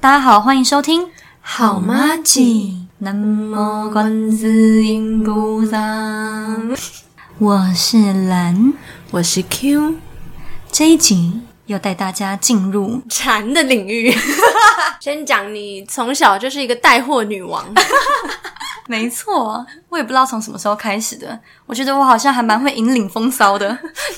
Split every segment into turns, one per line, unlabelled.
大家好，欢迎收听《
好妈吉》，
南无观世音菩萨，我是兰。
我是 Q
这一集要带大家进入
禅的领域。 先讲你从小就是一个带货女 王，
没错，我也不知道从什么时候开始的。我觉得我好像还蛮会引领风骚的，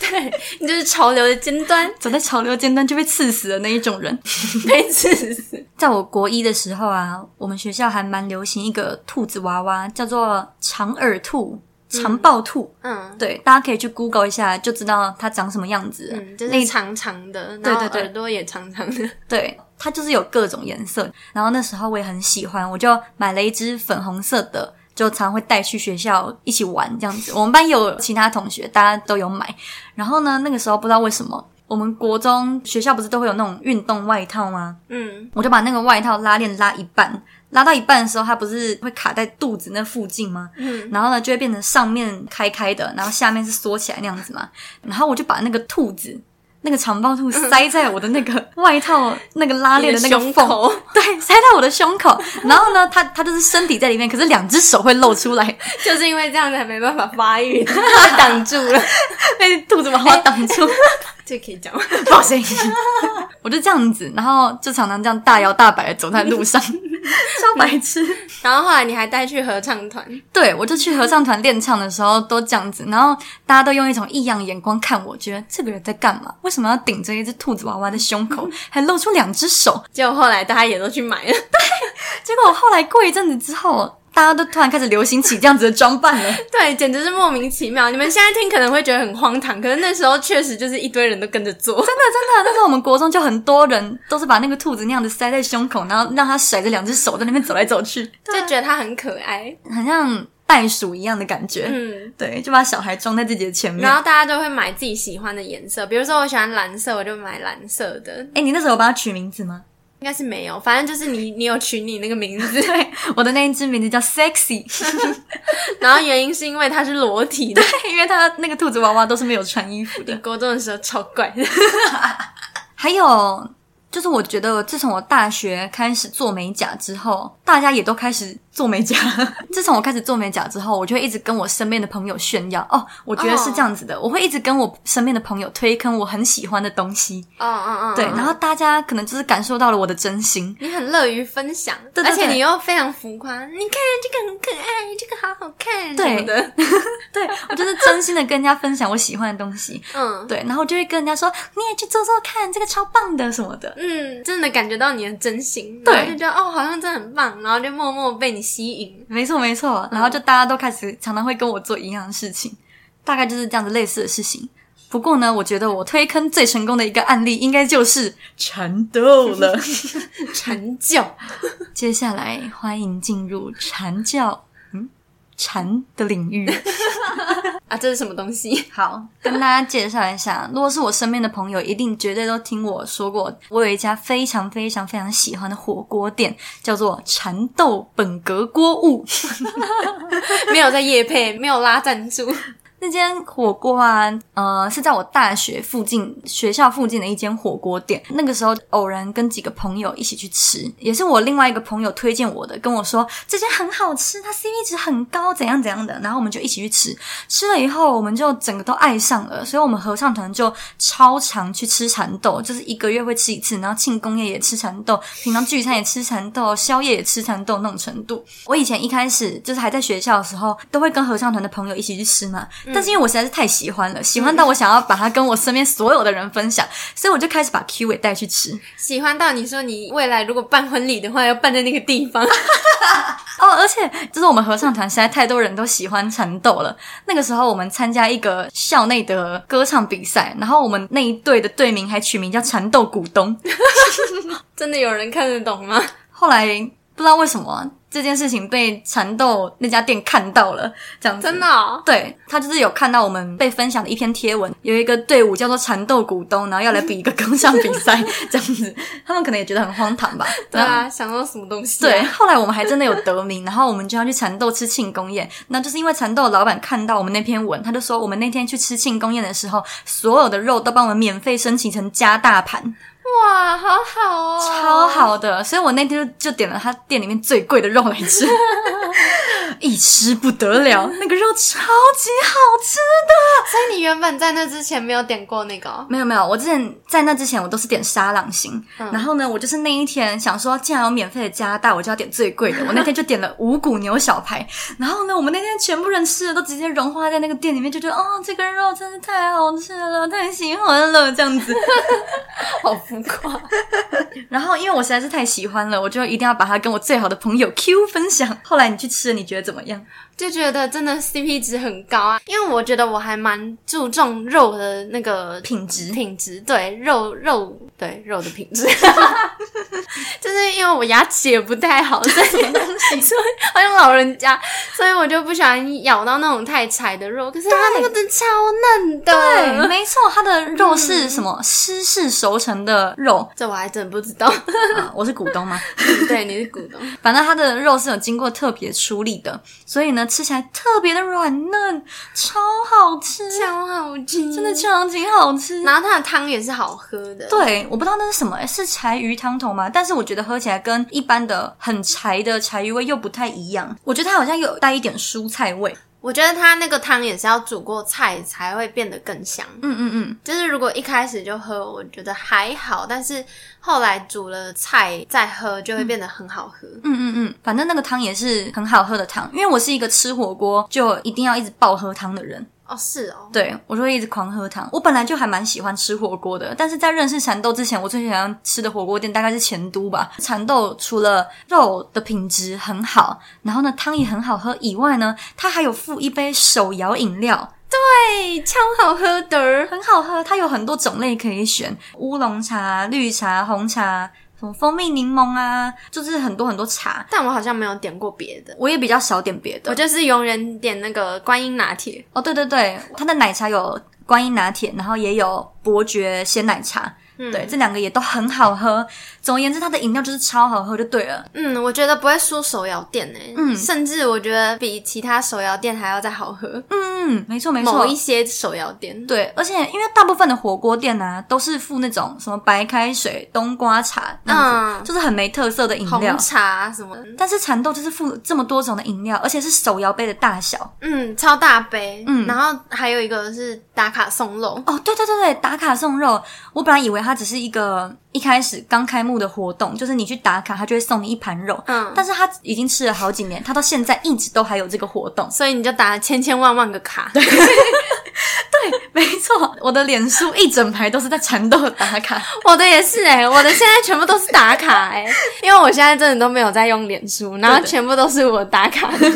对你就是潮流的尖端，
走在潮流尖端就被刺死的那一种人。
被刺死。
在我国一的时候啊，我们学校还蛮流行一个兔子娃娃，叫做长耳兔、长豹兔。
嗯
对，大家可以去 Google 一下，就知道它长什么样子了。
嗯，就
那
是长长的，
对
然后
对对
耳朵也长长的。
对，它就是有各种颜色。然后那时候我也很喜欢，我就买了一只粉红色的，就常会带去学校一起玩这样子。我们班有其他同学，大家都有买。然后呢，那个时候不知道为什么，我们国中学校不是都会有那种运动外套吗？
嗯，
我就把那个外套拉链拉一半，拉到一半的时候，它不是会卡在肚子那附近吗？
嗯，
然后呢，就会变成上面开开的，然后下面是缩起来那样子嘛。然后我就把那个兔子，那个长包兔塞在我的那个外套那个拉链的那个
你的胸
缝，
口
对，塞到我的胸口。然后呢，它它就是身体在里面，可是两只手会露出来，
就是因为这样才没办法发育，哎被挡住 了。
被兔子把我挡住，
这可以讲吗？
哎 不行。我就这样子，然后就常常这样大摇大摆的走在路 上，超白痴。
然后后来你还带去合唱团，
对，我就去合唱团练唱的时候都这样子，然后大家都用一种异样眼光看我，觉得这个人在干嘛？为什么要顶着一只兔子娃娃的胸口， 还露出两只手？
结果后来大家也都去买了。
结果我后来过一阵子之后，大家都突然开始流行起这样子的装 扮了。
对，简直是莫名其妙。你们现在听可能会觉得很荒唐，可是那时候确实就是一堆人都跟着做。
真的，那时候我们国中就很多人都是把那个兔子那样子塞在胸口，然后让它甩着两只手在那边走来走去，
就觉得它很可爱。
很像袋鼠一样的感觉。
嗯，
对，就把小孩装在自己的前面。
然后大家就会买自己喜欢的颜色，比如说我喜欢蓝色，我就买蓝色的。
哎，你那时候有帮它取名字吗？
应该是没有，反正就是你，你有取你那个名字。
对，我的那一只名字叫 Sexy。
然后原因是因为它是裸体的。
因为他那个兔子娃娃都是没有穿衣服的。
国中的时候超怪的，
还有就是，我觉得自从我大学开始做美甲之后，大家也都开始做美甲。 自从我开始做美甲之后，我就会一直跟我身边的朋友炫耀哦，我觉得是这样子的。我会一直跟我身边的朋友推坑我很喜欢的东西，
哦哦哦，
对，然后大家可能就是感受到了我的真心。
你很乐于分享，
对对对
而且你又非常浮夸。你看这个很可爱，这个好好看，
对
什么 的，
对我就是真心的跟人家分享我喜欢的东西，
嗯
对，然后就会跟人家说你也去做做看，这个超棒的什么的。
嗯，真的感觉到你的真心，
对
然后就觉得哦，好像真的很棒，然后就默默被你吸引。
没错没错，然后就大家都开始常常会跟我做一样的事情，大概就是这样子类似的事情。不过呢，我觉得我推坑最成功的一个案例，应该就是缠斗了。
传教，
接下来欢迎进入禅教，嗯，禅的领 域。
啊，这是什么东西？
好，跟大家介绍一下，如果是我身边的朋友，一定绝对都听我说过，我有一家非常非常非常喜欢的火锅店，叫做缠斗本格锅物。
没有在夜配，没有拉赞助，
那间火锅啊，呃，是在我大学附近学校附近的一间火锅店。那个时候偶然跟几个朋友一起去吃，也是我另外一个朋友推荐我的，跟我说这间很好吃，它 CP 值很高，怎样怎样的。然后我们就一起去吃，吃了以后我们就整个都爱上了，所以我们合唱团就超常去吃蚕豆，就是一个月会吃一次，然后庆功夜也吃蚕豆，平常聚餐也吃蚕豆，宵夜也吃蚕豆那种程度。我以前一开始就是还在学校的时候，都会跟合唱团的朋友一起去吃嘛，
嗯
但是因为我实在是太喜欢了，喜欢到我想要把它跟我身边所有的人分享，所以我就开始把 Q 也带去 吃。
喜欢到你说你未来如果办婚礼的话，要办在那个地方，
哦，而且就是我们合唱团实在太多人都喜欢缠斗了。那个时候我们参加一个校内的歌唱比赛，然后我们那一队的队名还取名叫缠斗股东。
真的有人看得懂 吗？
后来不知道为什么这件事情被缠斗那家店看到了，这样子
真的、哦，
对他就是有看到我们被分享的一篇贴文，有一个队伍叫做缠斗股东，然后要来比一个歌唱比赛这样子，他们可能也觉得很荒唐吧。
对
然后。
啊，想到什么东西、
对，，后来我们还真的有得名，然后我们就要去蚕豆吃庆功宴。那就是因为蚕豆的老板看到我们那篇文，他就说我们那天去吃庆功宴的时候，所有的肉都帮我们免费升级成加大盘。
哇，好好哦，
超好的，所以我那天就就点了他店里面最贵的肉来吃， 一吃不得了，那个肉超级好吃的。
所以你原本在那之前没有点过那个 哦、
没有没有，我之前在那之前我都是点沙朗型，然后呢，我就是那一天想说，既然有免费的加大，我就要点最贵的。我那天就点了五谷牛小排，然后呢，我们那天全部人吃的都直接融化在那个店里面，就觉得哦，这个肉真是太好吃了，太喜欢了这样子。
好浮夸。
然后因为我实在是太喜欢了，我就一定要把它跟我最好的朋友 Q 分享。后来你去吃了，你觉得怎么样？
就觉得真的 CP 值很高啊，因为我觉得我还蛮注重肉的那个
品质
品质对肉肉对肉的品质， 就是因为我牙齿也不太好，所以所以 好像老人家，所以我就不喜欢咬到那种太柴的肉。可是它那个真的超嫩
对，
的，
没错，它的肉是什么湿式熟成的肉
这我还真不知道。
啊？我是股东嘛，
对，你是股 东，
反正它的肉是有经过特别处理的，所以呢，吃起来特别的软嫩，超好吃，
超好吃，
真的。超级好吃。
然后它的汤也是好喝的，
对，我不知道那是什么，是柴鱼汤头吗？但是我觉得喝起来跟一般的很柴的柴鱼味又不太一样，我觉得它好像有带一点蔬菜味。
我觉得它那个汤也是要煮过菜才会变得更香。
嗯嗯嗯，
就是如果一开始就喝，我觉得还好，但是后来煮了菜再喝，就会变得很好喝。
嗯嗯嗯，反正那个汤也是很好喝的汤，因为我是一个吃火锅就一定要一直爆喝汤的人，
哦，是哦，
对我就会一直狂喝汤。我本来就还蛮喜欢吃火锅的，但是在认识蚕豆之前，我最喜欢吃的火锅店大概是前都吧。蚕豆除了肉的品质很好，然后呢汤也很好喝以外呢，它还有附一杯手摇饮料，
对，超好喝的。
很好喝，它有很多种类可以选，乌龙茶、绿茶、红茶，什么蜂蜜柠檬啊，就是很多很多茶。
但我好像没有点过别的，
我也比较少点别的
我，就是永远点那个观音拿铁。
哦，对对对，它的奶茶有观音拿铁，然后也有伯爵鲜奶茶。
嗯
对，这两个也都很好喝。总而言之，它的饮料就是超好喝，就对了。
嗯，我觉得不会输手摇店诶、
嗯
甚至我觉得比其他手摇店还要再好喝。
嗯，没错没
某
错
一。些手摇店，
对，而且因为大部分的火锅店啊，都是附那种什么白开水、冬瓜茶那样子，
嗯
就是很没特色的饮料
红。茶什么的，
但是蚕豆就是附这么多种的饮料，而且是手摇杯的大小。
嗯，超大杯，
嗯
然后还有一个是打卡送肉，
哦，对对对对，打卡送肉，我本来以为它只是一个一开始刚开幕的活动，就是你去打卡，它就会送你一盘肉。
嗯
但是它已经吃了好几年，它到现在一直都还有这个活动。
所以你就打了千千万万个卡，对，
没错，我的脸书一整排都是在缠斗打 卡。
我的也是哎、我的现在全部都是打卡 哎、因为我现在真的都没有在用脸书，然后全部都是我打卡的，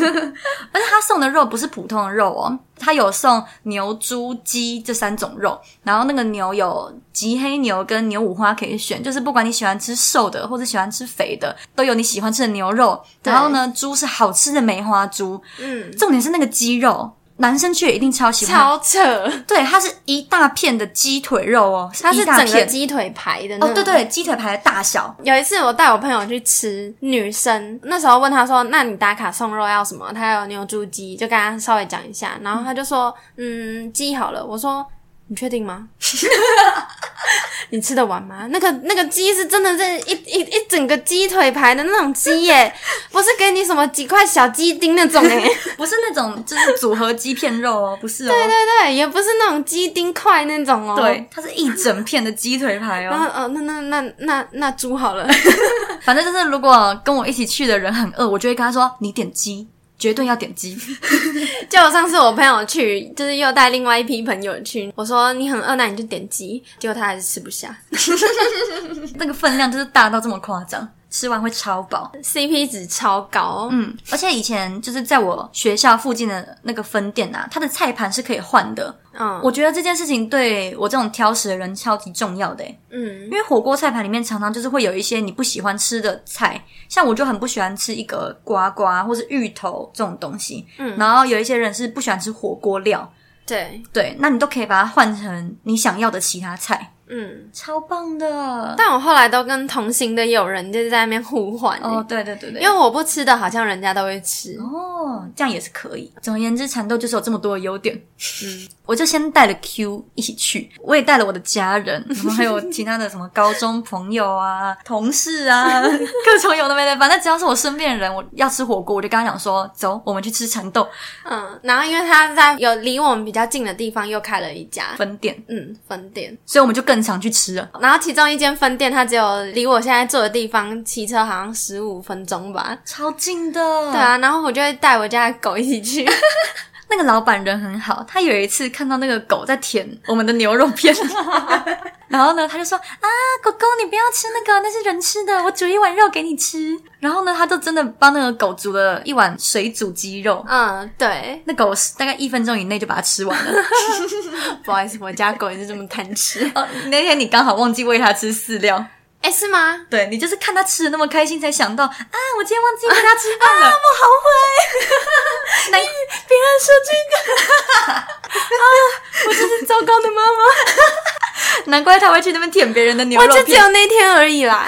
而且他送的肉不是普通的肉哦，他有送牛、猪、鸡这三种肉，然后那个牛有吉黑牛跟牛五花可以选，就是不管你喜欢吃瘦的或者喜欢吃肥的，都有你喜欢吃的牛肉。
对
然后呢，猪是好吃的梅花猪，
嗯，
重点是那个鸡肉，男生却一定超喜欢。
超扯，
对，它是一大片的鸡腿肉哦，
它是
一大
整个
片。
鸡腿排的那
哦，对。
种
对，鸡腿排的大小，
有一次我带我朋友去吃，女生那时候问他说：“那你打卡送肉要什么？”他有牛猪鸡，就跟他稍微讲一下，然后他就说：“嗯，鸡好了。”我说：“你确定吗？” 你吃得完吗？那个那个鸡是真的是一一一整个鸡腿排的那种鸡耶， 不是给你什么几块小鸡丁那种哎，
不是那种就是组合鸡片肉哦，不是哦，对
对对，也不是那种鸡丁块那种哦。
对，它是一整片的鸡腿排
然
哦
后。呃，那那那那那猪好了，
反正就是，如果跟我一起去的人很饿，我就会跟他说：“你点鸡，绝对要点鸡。
就我上次我朋友去，就是又带另外一批朋友去，我说你很饿，那你就点鸡，结果他还是吃不下
那个分量就是大到这么夸张，吃完会超饱。
，CP 值超高。
嗯，而且以前就是在我学校附近的那个分店啊，它的菜盘是可以换的。
嗯
我觉得这件事情对我这种挑食的人超级重要的欸、
嗯
因为火锅菜盘里面常常就是会有一些你不喜欢吃的菜，像我就很不喜欢吃一个呱呱或是芋头这种东西。
嗯
然后有一些人是不喜欢吃火锅料，
对，
对，那你都可以把它换成你想要的其他菜。
嗯。
超棒的。
但我后来都跟同行的友人就是在那边互换、欸
哦，对对对对，
因为我不吃的，好像人家都会吃。
哦，哦，这样也是可以。总而言之，蚕豆就是有这么多的优点。嗯，我就先带了 Q 一起去，我也带了我的家人，然后还有其他的什么高中朋友啊、同事 啊，各种有的没的，反正只要是我身边的人，我要吃火锅，我就跟他讲说，走，我们去吃蚕豆
嗯，然后因为他在有离我们比较近的地方又开了一家，
分店，
嗯，分店。
所以我们就更常去吃了。
然后其中一间分店，它只有离我现在住的地方骑车好像十五分钟吧。
超近的，
对，啊，然后我就会带我家的狗一起去，
那个老板人很好，他有一次看到那个狗在舔我们的牛肉片， 然后呢，他就说啊，狗狗你不要吃那个，那是人吃的，我煮一碗肉给你吃。然后呢，他就真的帮那个狗煮了一碗水煮鸡肉，
嗯，对，
那狗大概一分钟以内就把它吃完了。
不好意思，我家狗也是这么贪吃。
哦，那天你刚好忘记喂它吃饲料，
哎，是吗？
对你就是看它吃的那么开心，才想到啊，我今天忘记喂它吃饭了， 我好悔。
别人说这 个啊，我真是糟糕的妈妈。
难 难怪它会去那边舔别人的牛
我
肉
就只
片，
有那天而已 啦，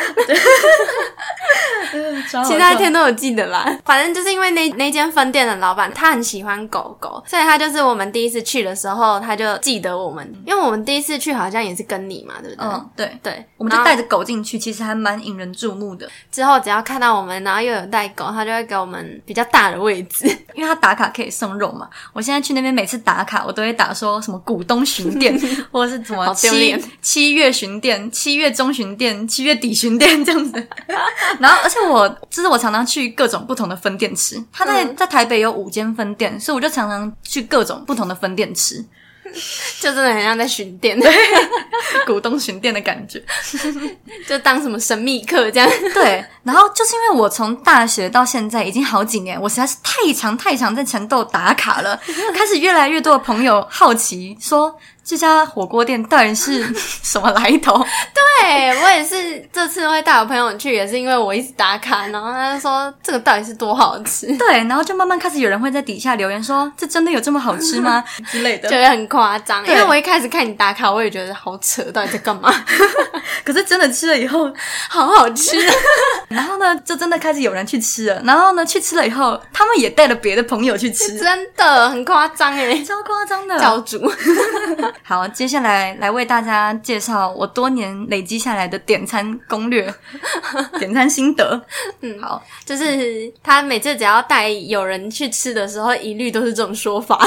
其
其
他一天都有记得啦。反哦正就是因为那那间分店的老板他很喜欢狗狗，所以他就是我们第一次去的时候他就记得我们，因为我们第一次去好像也是跟你嘛，对不对？
嗯，对。
对，
我们就
然后
带着狗进去，其实还蛮引人注目的，
之后只要看到我们，然后又有带狗，他就会给我们比较大的位置。
因为它打卡可以送肉嘛。我现在去那边每次打卡，我都会打说什么股东巡 店，或者是什么
好丢
七
脸
七月巡店、七月中巡店、七月底巡店这样子。 然后，而且我就是我常常去各种不同的分店吃。他在、
嗯
在台北有五间分店，所以我就常常去各种不同的分店 吃，
就真的很像在巡 店，
股东巡店的感觉。
就当什么神秘客这样。
对，然后就是因为我从大学到现在已经好几年，我实在是太常太常在蚕豆打卡了，开始越来越多的朋友好奇说这家火锅店到底是什么来头？
对我也是，这次会带我朋友去，也是因为我一直打卡，然后他就说这个到底是多好吃，
对，然后就慢慢开始有人会在底下留言说这真的有这么好吃吗 之类
觉
的。
得很夸张。因
对
为我一开始看你打卡，我也觉得好扯，到底在干嘛？
可是真的吃了以后，
好好吃，
然后呢就真的开始有人去吃了，然后呢去吃了以后，他们也带了别的朋友去 吃。
真的很夸张哎。
超夸张的，
教主，
好，接下来来为大家介绍我多年累积下来的点餐攻略、 点餐心得。嗯，好，
就是他每次只要带有人去吃的时候，一律都是这种说法。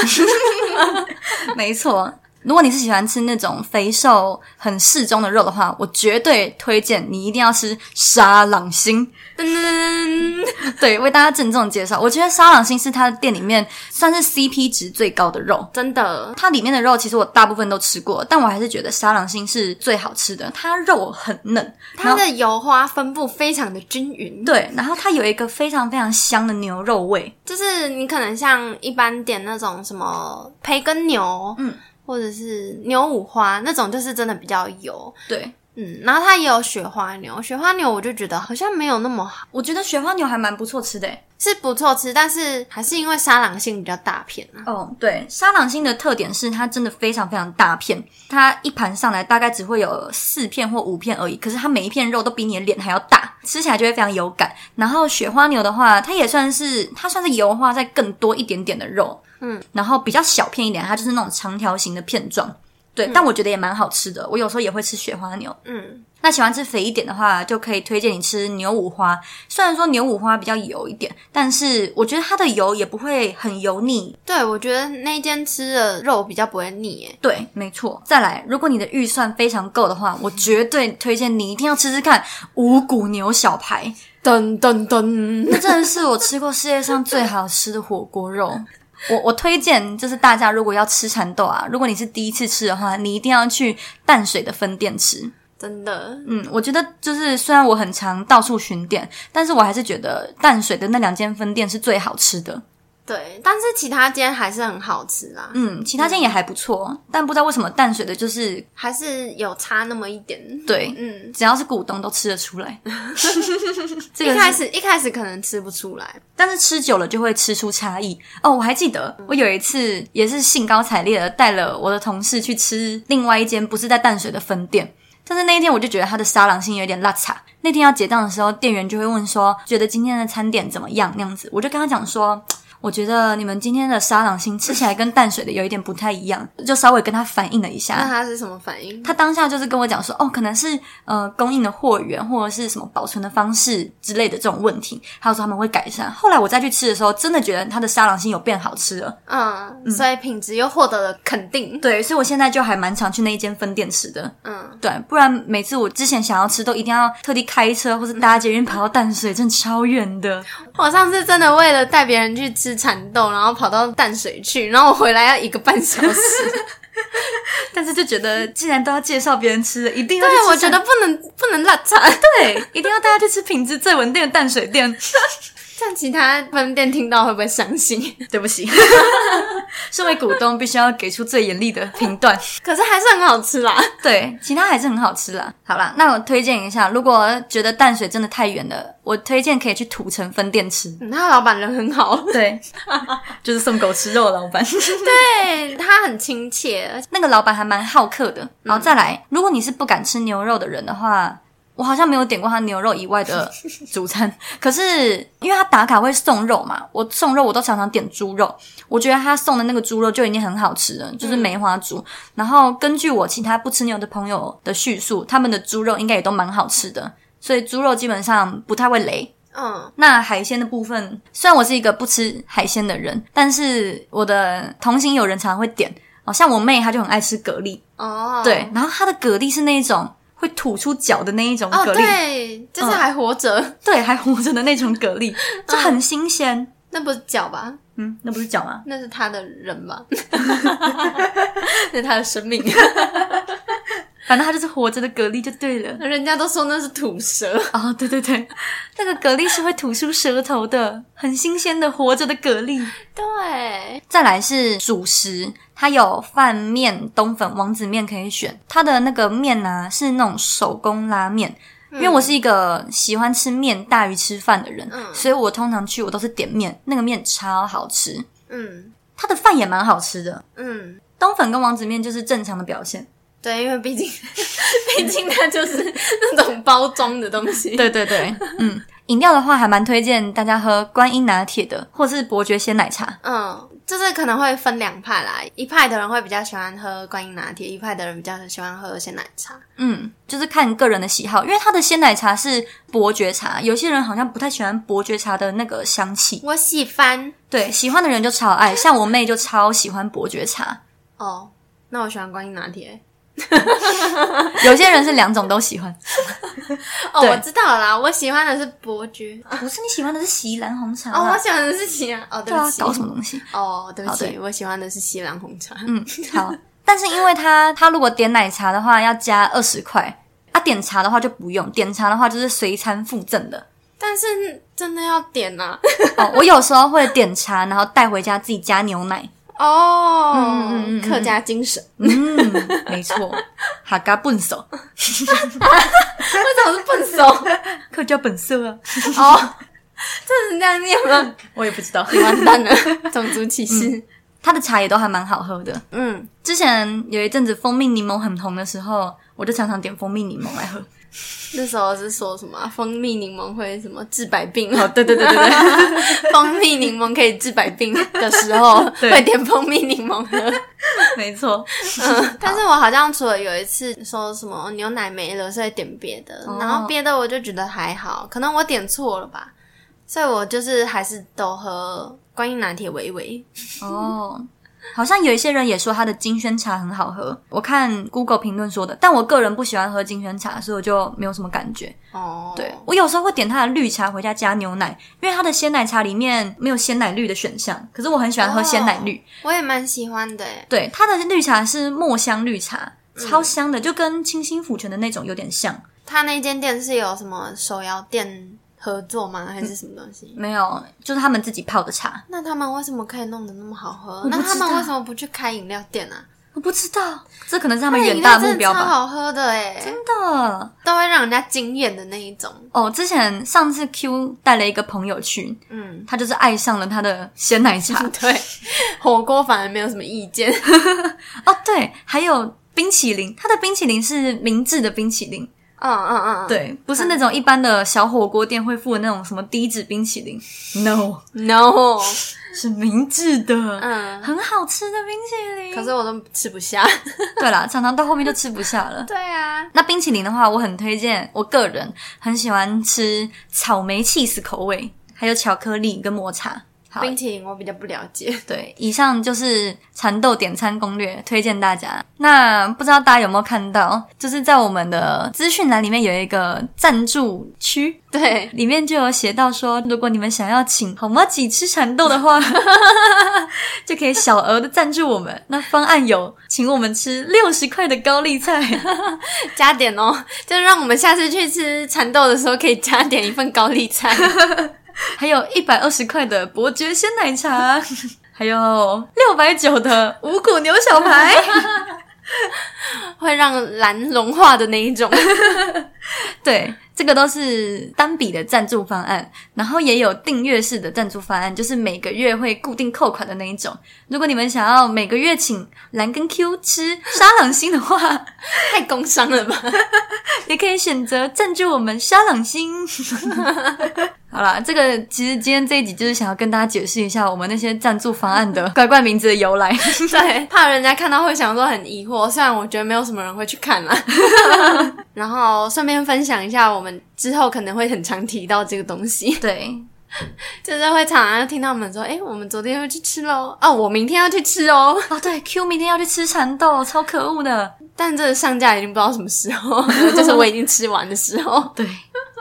没错。如果你是喜欢吃那种肥瘦很适中的肉的话，我绝对推荐你一定要吃沙朗星。
嗯，
对，为大家郑重介绍，我觉得沙朗星是它的店里面算是 CP 值最高的肉。
真的，
它里面的肉其实我大部分都吃过，但我还是觉得沙朗星是最好吃的。它肉很嫩，然
它
后
的油花分布非常的均匀。
对，然后它有一个非常非常香的牛肉味。
就是你可能像一般点那种什么培根牛，
嗯，
或者是牛五花那种，就是真的比较油，
对，
嗯，然后它也有雪花牛，雪花牛我就觉得好像没有那么好，
我觉得雪花牛还蛮不错吃的欸。
是不错吃，但是还是因为沙朗性比较大片啊，
哦，对，沙朗星的特点是它真的非常非常大片，它一盘上来大概只会有四片或五片而已，可是它每一片肉都比你的脸还要大，吃起来就会非常有感。然后雪花牛的话，它也算是它算是油花再更多一点点的肉，嗯，然后比较小片一点，它就是那种长条形的片状。对，但我觉得也蛮好吃的，我有时候也会吃雪花牛。
嗯，
那喜欢吃肥一点的话，就可以推荐你吃牛五花。虽然说牛五花比较油一点，但是我觉得它的油也不会很油腻。
对，我觉得那间吃的肉比较不会腻，诶，
对，没错。再来，如果你的预算非常够的话，我绝对推荐你一定要吃吃看五谷牛小排，
噔噔 噔，
那真的是我吃过世界上最好吃的火锅肉。我 我推荐就是大家如果要吃蚕豆啊，如果你是第一次吃的话，你一定要去淡水的分店吃。
真的，
嗯，我觉得就是虽然我很常到处巡店，但是我还是觉得淡水的那两间分店是最好吃的。
对，但是其他间还是很好吃啦，
嗯，其他间也还不错，但不知道为什么淡水的就是
还是有差那么一点，
对，
嗯。
只要是股东都吃得出 来。 这
一
个
开
是，
始一开始可能吃不出来，
但是吃久了就会吃出差异。哦，我还记得我有一次也是兴高采烈的带了我的同事去吃另外一间不是在淡水的分店。但是那一天我就觉得他的沙朗性有点拉碴。那天要结账的时候，店员就会问说，觉得今天的餐点怎么样？那样子，我就跟他讲说，我觉得你们今天的沙朗星吃起来跟淡水的有一点不太一样，就稍微跟他反映了一
那
下。
他是什么反应？
他当下就是跟我讲说，哦，可能是呃供应的货源或者是什么保存的方式之类的这种问题，他说他们会改善。后来我再去吃的时候，真的觉得他的沙朗星有变好吃了。
嗯，所以品质又获得了肯定。
对，所以我现在就还蛮常去那一间分店吃的。
嗯，
对，不然每次我之前想要吃，都一定要特地开车或是搭捷运跑到淡水，真的超远的。
我上次真的为了带别人去吃蚕豆，然后跑到淡水去，然后我回来要一个半小时。
但是就觉得，既然都要介绍别人吃的，一定要去
对，
吃
我觉得不能不能落差。
对，一定要带他去吃品质最稳定的淡水店。
这样其他分店听到会不会伤心？
对不起，身为股东必须要给出最严厉的评断。
可是还是很好吃啦。
对，其他还是很好吃啦。好啦，那我推荐一下，如果觉得淡水真的太远了，我推荐可以去土城分店吃。
嗯他老板人很好，
对， 就是送狗吃肉的老板。
对他很亲切，而且
那个老板还蛮好客的。然后再来，如果你是不敢吃牛肉的人的话，我好像没有点过他牛肉以外的主餐。可是因为他打卡会送肉嘛，我送肉我都常常点猪肉。我觉得他送的那个猪肉就已经很好吃了，就是梅花猪。然后根据我其他不吃牛的朋友的叙述，他们的猪肉应该也都蛮好吃的。所以猪肉基本上不太会雷，
嗯，
那海鲜的部分，虽然我是一个不吃海鲜的人，但是我的同行友人常常会点，哦，像我妹她就很爱吃蛤蜊，
哦，
对，然后她的蛤蜊是那一种会吐出脚的那一种
哦，
蛤蜊，
对，就是还活着，
对，还活着的那种蛤 蜊，就
嗯
很新鲜。
那不是脚吧？
嗯，那不是脚吗？
那是他的人 吧？那是他的生命。
反正它就是活着的蛤蜊就对了。
人家都说那是吐舌，
哦，对对对， 那个蛤蜊是会吐出舌头的，很新鲜的活着的蛤蜊。
对，
再来是主食，它有饭面、冬粉、王子面可以选。它的那个面呢、是那种手工拉面。因为我是一个喜欢吃面大于吃饭的人，
嗯
所以我通常去我都是点面，那个面超好吃，
嗯
它的饭也蛮好吃的。
嗯，
冬粉跟王子面就是正常的表现。
对，因为毕竟 毕竟它就是那种包装的东西。
对对对， 嗯，饮料的话还蛮推荐大家喝观音拿铁的，或是伯爵鲜奶茶。
嗯，就是可能会分两派啦，一派的人会比较喜欢喝观音拿铁，一派的人比较喜欢喝鲜奶茶。
嗯，就是看个人的喜好，因为它的鲜奶茶是伯爵茶，有些人好像不太喜欢伯爵茶的那个香气，
我喜欢
对，喜欢的人就超爱，像我妹就超喜欢伯爵茶，
哦，那我喜欢观音拿铁。
有些人是两种都喜欢，
哦，
对啊
我知道了啦，我喜欢的是伯爵。
不是你喜欢的是锡兰红茶
哦，
啊
我喜欢的是喜兰。哦，对
对
不
啊，
起，
搞什么东西？
哦，对不
好
起，
的
我喜欢的是西兰红茶。
嗯，好，但是因为它它如果点奶茶的话要加二十块，啊，点茶的话就不用，点茶的话就是随餐附赠 的。
但是真的要点啊呐、
哦，我有时候会点茶，然后带回家自己加牛奶。
哦，
嗯嗯嗯嗯
客家精神，
嗯，没错， 哈嘎笨手。
为什么是笨手？
客家本色啊，
哦，这是这样念吗？
我也不知道。
你完蛋了，种族歧视。
它的茶也都还蛮好喝的。
嗯，
之前有一阵子蜂蜜柠檬很红的时候，我就常常点蜂蜜柠檬来喝。
那时候是说什么啊蜂蜜柠檬会什么治百病？
哦，对对对对对，
蜂蜜柠檬可以治百病的时候，
对
会点蜂蜜柠檬喝。
没错。
但是我好像除了有一次说什么哦牛奶没了，所以点别的，
哦
然后别的我就觉得还好，可能我点错了吧，所以我就是还是都喝观音拿铁维维。
哦，好像有一些人也说它的金萱茶很好喝，我看 Google 评论说的，但我个人不喜欢喝金萱茶，所以我就没有什么感觉。
哦，
对我有时候会点它的绿茶回家加牛奶，因为它的鲜奶茶里面没有鲜奶绿的选项，可是我很喜欢喝鲜奶绿。
我也蛮喜欢的欸耶。
对，它的绿茶是墨香绿茶，超香的，就跟清新府泉的那种有点像。
他那间店是有什么手摇店合作吗？还是什么东西？
没有，就是他们自己泡的茶。
那他们为什么可以弄得那么好喝？
不知道
那他们为什么不去开饮料店啊？
我不知道，这可能是他
他
们远大目
哎真的
标
超
吧。
好喝的哎，
真的
都会让人家惊艳的那一种。
哦，之前上次 Q 带了一个朋友去，
嗯，
他就是爱上了他的鲜奶茶
对，火锅反而没有什么意见。
哦，对，还有冰淇淋，他的冰淇淋是明治的冰淇淋，
嗯嗯嗯，嗯，
对，不是那种一般的小火锅店会附的那种什么低脂冰淇淋，no，
，no，
是明治的，
嗯，
很好吃的冰淇淋。
可是我都吃不下。
对啦，常常到后面就吃不下了。
对啊，
那冰淇淋的话，我很推荐，我个人很喜欢吃草莓 cheese 口味，还有巧克力跟抹茶。好，
冰淇淋我比较不了解。
对，以上就是蚕豆点餐攻略，推荐大家。那不知道大家有没有看到，就是在我们的资讯栏里面有一个赞助区，
对，
里面就有写到说，如果你们想要请好妈几吃蚕豆的话， 就可以小额的赞助我们。那方案有，请我们吃六十块的高丽菜，
加点哦，就是让我们下次去吃蚕豆的时候可以加点一份高丽菜。
还有一百二十块的伯爵鲜奶茶， 还有六百九的五谷牛小排。
会让蓝融化的那一种。
对，这个都是单笔的赞助方案，然后也有订阅式的赞助方案，就是每个月会固定扣款的那一种。如果你们想要每个月请蓝跟 Q 吃沙朗星的话，
太工伤了吧？
也可以选择赞助我们沙朗星。 好啦，这个其实今天这一集就是想要跟大家解释一下我们那些赞助方案的 怪怪名字的由来。
对，怕人家看到会想说很疑惑。虽然我觉得没有什么人会去看啦。然后顺便分享一下，我们之后可能会很常提到这个东西，
对，
就是会常常听到我们说：“哎、我们昨天要去吃喽，哦，我明天要去吃哦。
哦对，Q 明天要去吃蚕豆，超可恶的。”
但这上架已经不知道什么时候，就是我已经吃完的时候。
对，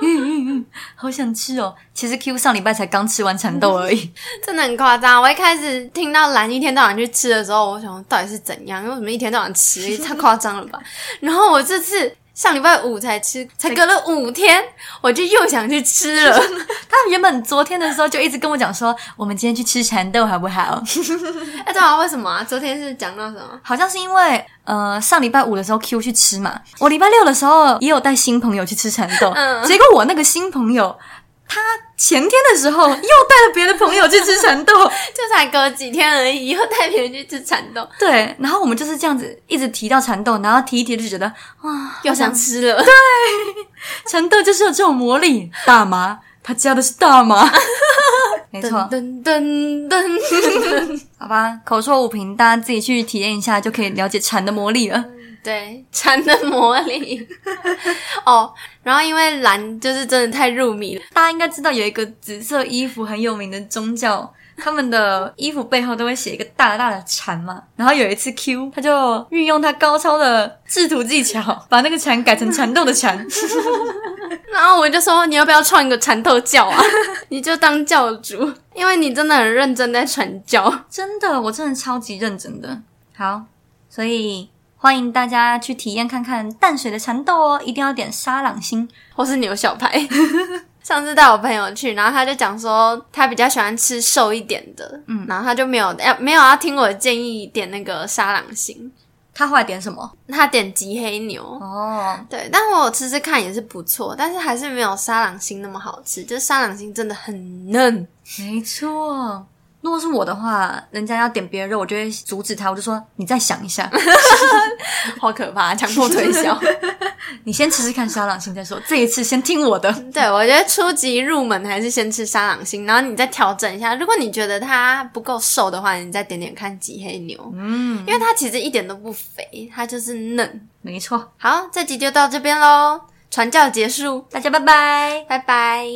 嗯 嗯嗯，好想吃哦。其实 Q 上礼拜才刚吃完蚕豆而 已。
真的很夸张。我一开始听到蓝一天到晚去吃的时候，我想说到底是怎样？为什么一天到晚吃？ 也太夸张了吧！然后我这次上礼拜五才吃，才隔了五天，我就又想去吃了。
他原本昨天的时候就一直跟我讲说，我们今天去吃蚕豆好不好？
哎，对啊，为什么啊？昨天是讲到什么？
好像是因为呃上礼拜五的时候 Q 去吃嘛，我礼拜六的时候也有带新朋友去吃蚕 豆，
嗯
结果我那个新朋友。他前天的时候又带了别的朋友去吃 蚕豆，
就才隔几天而已，又带别人去吃蚕豆，
对，然后我们就是这样子一直提到蚕豆，然后提一提就觉得哇，
又想吃了。
蚕豆就是有这种魔力，大麻，他加的是大 麻，没错，
噔噔噔，
好吧，口说无凭，大家自己去体验一下就可以了解蝉的魔力了。
对，蝉的魔 力。哦，然后因为蓝就是真的太入迷了，
大家应该知道有一个紫色衣服很有名的宗教，他们的衣服背后都会写一个大大的蝉嘛。然后有一次 Q 他就运用他高超的制图技巧，把那个蝉改成蚕豆的蝉。
然后我就说你要不要创一个缠斗教啊？ 你就当教主，因为你真的很认真在传教。
真的，我真的超级认真的。好，所以欢迎大家去体验看看淡水的蚕豆哦，一定要点沙朗星。
或是牛小排。上次带我朋友去，然后他就讲说他比较喜欢吃瘦一点的，嗯，然后他就没有要没有要听我的建议点那个沙朗星，
他后来点什么？
他点吉黑牛。
哦，
对，但我有吃吃看也是不错，但是还是没有沙朗星那么好吃。就是沙朗星真的很嫩，
没错。如果是我的话，人家要点别的肉，我就会阻止他，我就说你再想一 下，
好可怕，强迫推销。
你先吃吃看沙朗星再说。这一次先听我的。
对，我觉得初级入门还是先吃沙朗星，然后你再调整一下。如果你觉得它不够瘦的话，你再点点看吉黑牛，
嗯，
因为它其实一点都不肥，它就是嫩。
没错，
好，这集就到这边喽，传教结束，
大家拜拜。
拜拜。